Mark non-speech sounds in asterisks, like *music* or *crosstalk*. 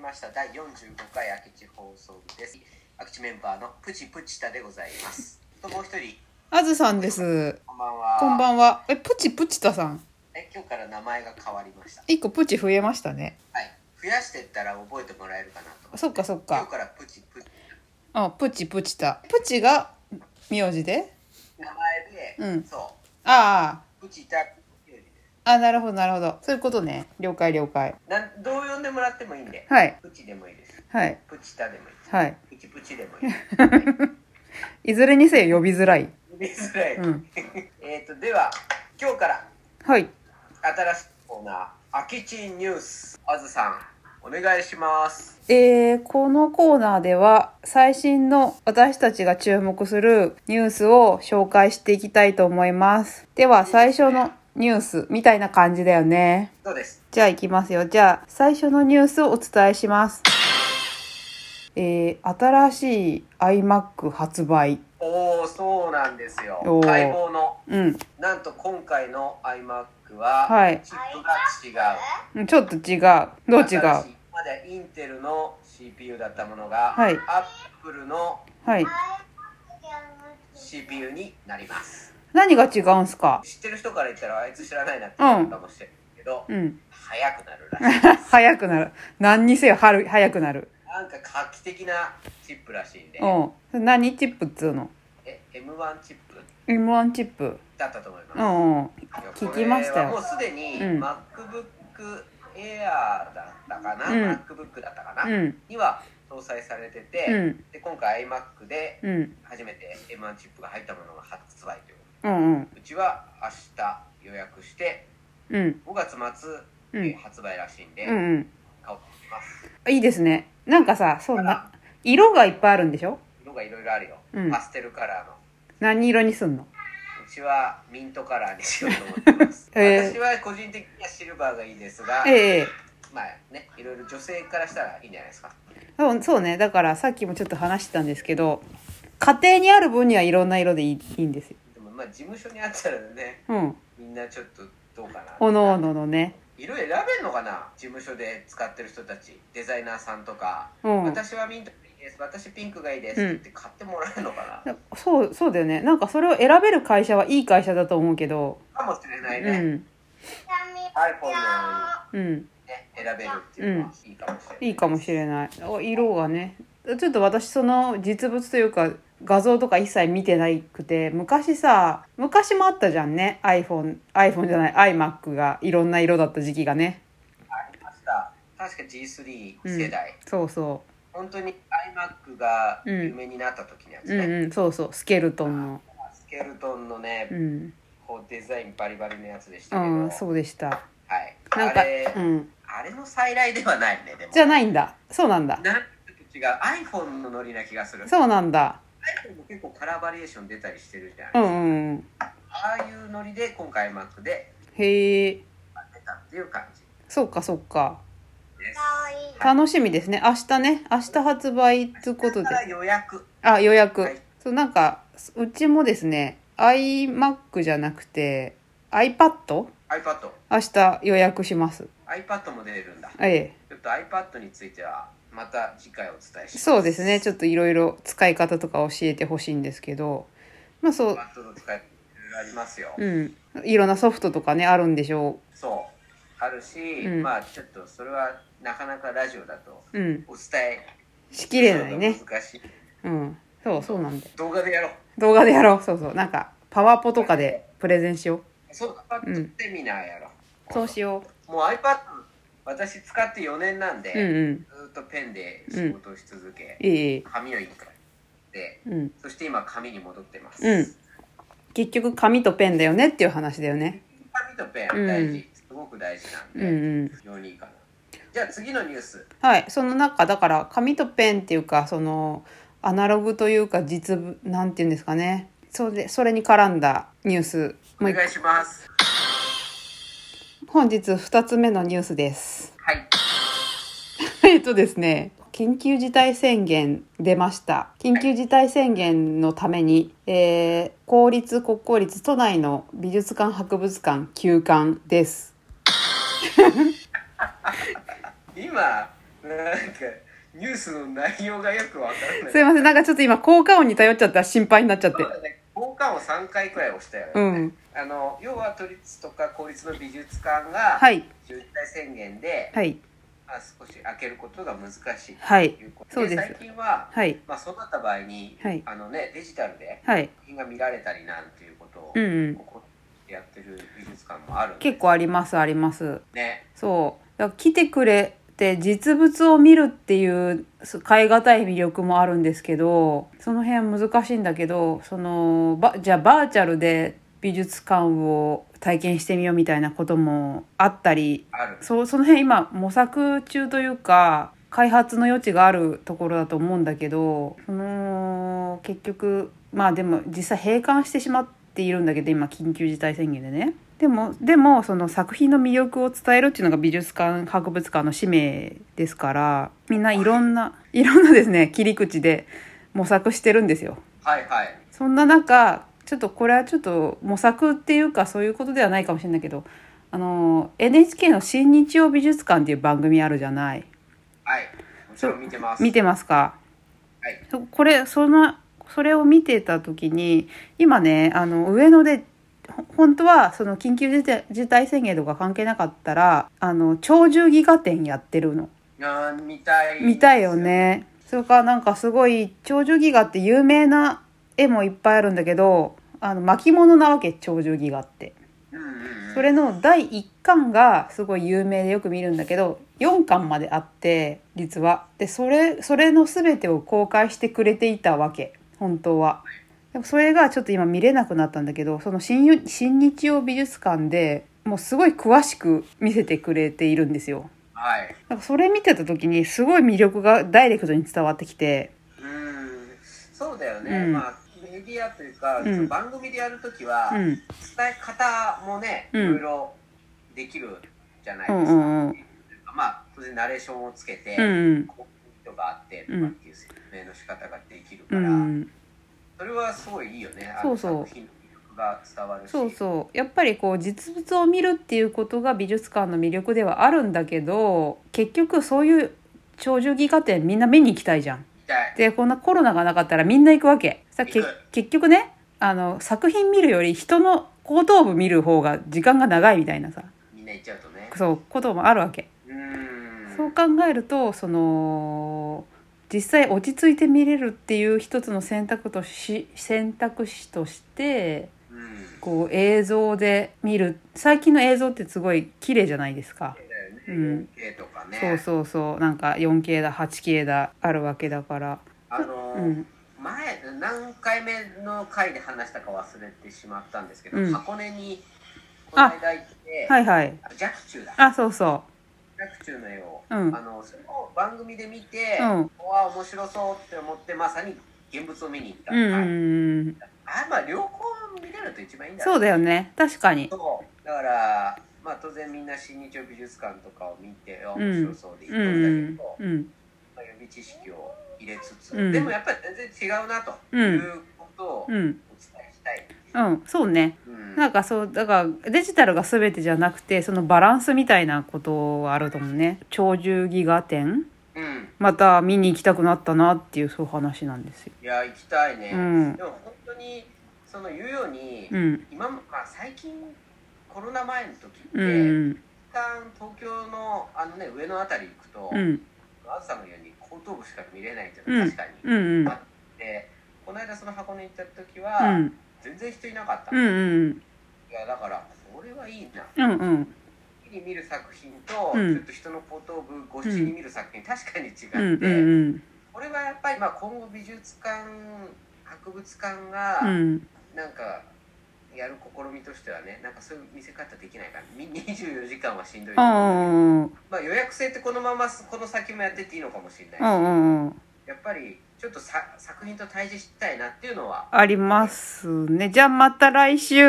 ました第45回空き地放送部です空き地メンバーのプチプチタでございますともう一人あずさんです。こんばんはこんんばんは。え、プチプチタさん。え今日から名前が変わりました一個プチ増えましたね。はい増やしてったら覚えてもらえるかなとそっかそっ今日か。からプチプチあ、プチプチタ。プチが名字で名前で、うんそあうプチタあ。あ、なるほどなるほど。そういうことね。了解了解。なんどう呼んでもらってもいいんではい。プチでもいいですはい。プチタでもいいですはい。プチプチでもいいです *laughs* いずれにせよ呼びづらい。呼びづらい、うん。えっとでは今日からはい。新しいコーナー空き地ニュースあずさんお願いしますえーこのコーナーでは最新の私たちが注目するニュースを紹介していきたいと思います。では最初のニュースみたいな感じだよね。そうですじゃあ行きますよ。じゃあ最初のニュースをお伝えします。えー、新しい iMac 発売。おおそうなんですよおー待望のうん。なんと今回の iMac は、はいチップが違ううんちょっと違う。どう違う新しいまでインテルの CPU だったものが、はい Apple のはい。 CPU になります何が違うんすか知ってる人から言ったらあいつ知らないなって言うかもしれないけど、うん。 *laughs* 速くなるらしい早くなる。何にせよ、はる、早くなる。なんか画期的なチップらしいんで、うん。何チップっつうのえ M1 チップ ?M1 チップ。だったと思います、うんうん。いや聞きましたよこれはもうすでにうん MacBook Air だったかな、うん MacBook だったかな、うん。には搭載されてて、うん。で今回 iMac でうん。初めて M1 チップが入ったものが発売というこうんうん。とでうちは明日予約してうん。 5月末、うえーん。発売らしいんで、うんうん。買おうと思いますいいですね。なんかさ、そうたな、だ色がいっぱいあるんでしょ色がいろいろあるよ、うんパステルカラーの何色にすんのうちはミントカラーにしようと思ってます、 *laughs* えー私は個人的にはシルバーがいいですが、ええまあねいろいろ女性からしたらいいんじゃないですかそうそうねだからさっきもちょっと話してたんですけど家庭にある分にはいろんな色でいいいいんですよでもまあ事務所にあったらねうんみんなちょっとどうかなおのおののね色選べんのかな事務所で使ってる人たちデザイナーさんとか、うん私はミントがいいです私ピンクがいいですって言って買ってもらえるのかな、そうそうだよねなんかそれを選べる会社はいい会社だと思うけどかもしれなういね、ん iPhone のようんうにね選べるっていうのはいいかもしれない、いいかもしれないお色がねちょっと私その実物というか画像とか一切見てなくて昔さ昔もあったじゃんね iPhone iPhone じゃない iMac がいろんな色だった時期がねありました確か G3 世代、そうそ本当に iMac が有名になった時のやつうね、うんうんそうそうスケルトンのスケルトンのね、うんこうデザインバリバリのやつでしたけど、ああそうでしたはいなんあかれ、うんあれの再来ではないねでもじゃないんだそうなんだなんかちょっと違う iPhone のノリな気がするそうなんだ iPhone も結構カラーバリエーション出たりしてるじゃうない、ん、あんうんうんあいうノリで今回 Mac でへえ出たっていう感じそうかそうかです楽しみですね明日ね明日発売ってことだでから予約あ予約、はいそうなんかうちもですね iMac じゃなくて iPad iPad 明日予約します iPad も出るんだええちょっと iPad についてはまた次回お伝えしますそうですねちょっといろいろ使い方とか教えてほしいんですけどまあそう iPad の使い方いろいろありますよ、うんいろんなソフトとかねあるんでしょそうあるし、うんまあちょっとそれはなかなかラジオだとううんお伝えしきれないねするのが難しいうんそうそうなんだよ動画でやろう動画でやろうそうそうなんかパワポとかでプレゼンしよそうだ iPad セミナーやろう、うそうしよもう iPad 私使って4年なんで、ううんうんずっとペンで仕事をし続け、いいいい紙を一回でうんそして今紙に戻ってます、うん結局紙とペンだよねっていう話だよね紙とペン大事、すごく大事なんで、うんうん非常にいいかなじゃあ次のニュースはいその中だから紙とペンっていうかそのアナログというか実物なんていうんですかねそれそれに絡んだニュースおもう願いします本日2つ目のニュースですはい *laughs* えっとですね、緊急事態宣言出ました。緊急事態宣言のために、えー公立国公立都内の美術館博物館休館です。今なんかニュースの内容がよくわからないすいませんなんかちょっと今効果音に頼っちゃったら心配になっちゃってそうだね効果を3回くらい押したよね、うんあの要は都立とか公立の美術館がはい渋滞宣言で、はいまあ、少し開けることが難しいはいということそうです最近は、はいまあ、そうなった場合に、はいあのね、デジタルではい作品が見られたりなんていうことを、うんうんここでやってる美術館もあるんで結構ありますありますねそうだから来てくれて実物を見るっていうす変え難い魅力もあるんですけどその辺難しいんだけどそのばじゃあバーチャルで美術館を体験してみようみたいなこともあったりあるそうその辺今模索中というか開発の余地があるところだと思うんだけどその結局まあでも実際閉館してしまっているんだけど今緊急事態宣言でね。でもでもその作品の魅力を伝えるっていうのが美術館博物館の使命ですからみんないろんないろんなですね切り口で模索してるんですよ。はいはいそんな中ちょっとこれはちょっと模索っていうかそういうことではないかもしれないけどあの NHK の「新日曜美術館」っていう番組あるじゃないはいもちろん見てます見てますか、はいそこれそのそれを見てた時に今ねあの上野でほ本当はその緊急事態事態宣言とか関係なかったらあの鳥獣戯画展やってるのあー見たい見たいよねそれからなんかすごい鳥獣戯画って有名な絵もいっぱいあるんだけどあの巻物なわけ鳥獣戯画ってうんうんうんそれの第1巻がすごい有名でよく見るんだけど4巻まであって実はでそれそれの全てを公開してくれていたわけ本当はでもそれがちょっと今見れなくなったんだけどその新よ新日曜美術館でもうすごい詳しく見せてくれているんですよはいなんかそれ見てた時にすごい魅力がダイレクトに伝わってきてうんそうだよね、うんまあメディアというか、うんその番組でやるときは、うん伝え方もね、うんいろいろできるじゃないうでんすうか、んうんまあ当然ナレーションをつけて、うんうんこういう人があってとかっていう説明の仕方ができるかうら、んそれはすごいいいよねそうそうあの作品の魅力が伝わるしそうそうやっぱりこう実物を見るっていうことが美術館の魅力ではあるんだけど結局そういう鳥獣戯画展みんな見に行きたいじゃん。見たいでこんなコロナがなかったらみんな行くわけ。さけ行く結局ねあの作品見るより人の後頭部見る方が時間が長いみたいなさみんな行っちゃうとねそうこともあるわけ。うーんそう考えるとその実際落ち着いて見れるっていう一つの選択とし選択肢としてうんこう映像で見る最近の映像ってすごい綺麗じゃないですか。だよね、うん 4K とかねそうそうそうなんか 4K だ 8K だあるわけだから、あのうーん、前何回目の回で話したか忘れてしまったんですけど、うん箱根にこの間行って、はいはいあジャクチューだあそうそジャクチューの絵を、うんあのそれを番組で見て、うんここは面白そうって思ってまさに現物を見に行った、ううんうんはいうんあまあ両方見れると一番いいんだそうだだよね確かにそうだからまあ当然みんな新日曜美術館とかを見てあうん面白そうで行うっんただうんけんど、うんまあ、予備知識を入れつつ、うんでもやっぱり全然違うなとうんいうことをおう伝んえしたい、うんそうねうんなんかそうだからデジタルが全てじゃなくてそのバランスみたいなことはあると思うね鳥獣戯画展うんまた見に行きたくなったなっていうそういう話なんですよ。いや行きたいね、うんでも本当にその言うように、うん今も、まあ、最近コロナ前の時って、うん一旦東京のあの、ね、上の辺り行くと、うんうんあずさんのように後頭部しか見れないっていうのは確かに、うんうんあってこの間その箱根行った時うは、ん全然人いなかった、うんいうんやだからこれはいいなうんうん一気に見る作品と、うんちょっと人の後頭部越しに見る作品、確かに違って、うんうんこれはやっぱり、まあ、今後美術館博物館が、うんうんなんかやる試みとしてはねなんかそういう見せ方できないかなみ24時間はしんどいと思うけどあまあ、予約制ってこのままこの先もやってっていいのかもしれあないしうんやっぱりちょっとさ作品と対峙したいなっていうのはありますねじゃあまた来週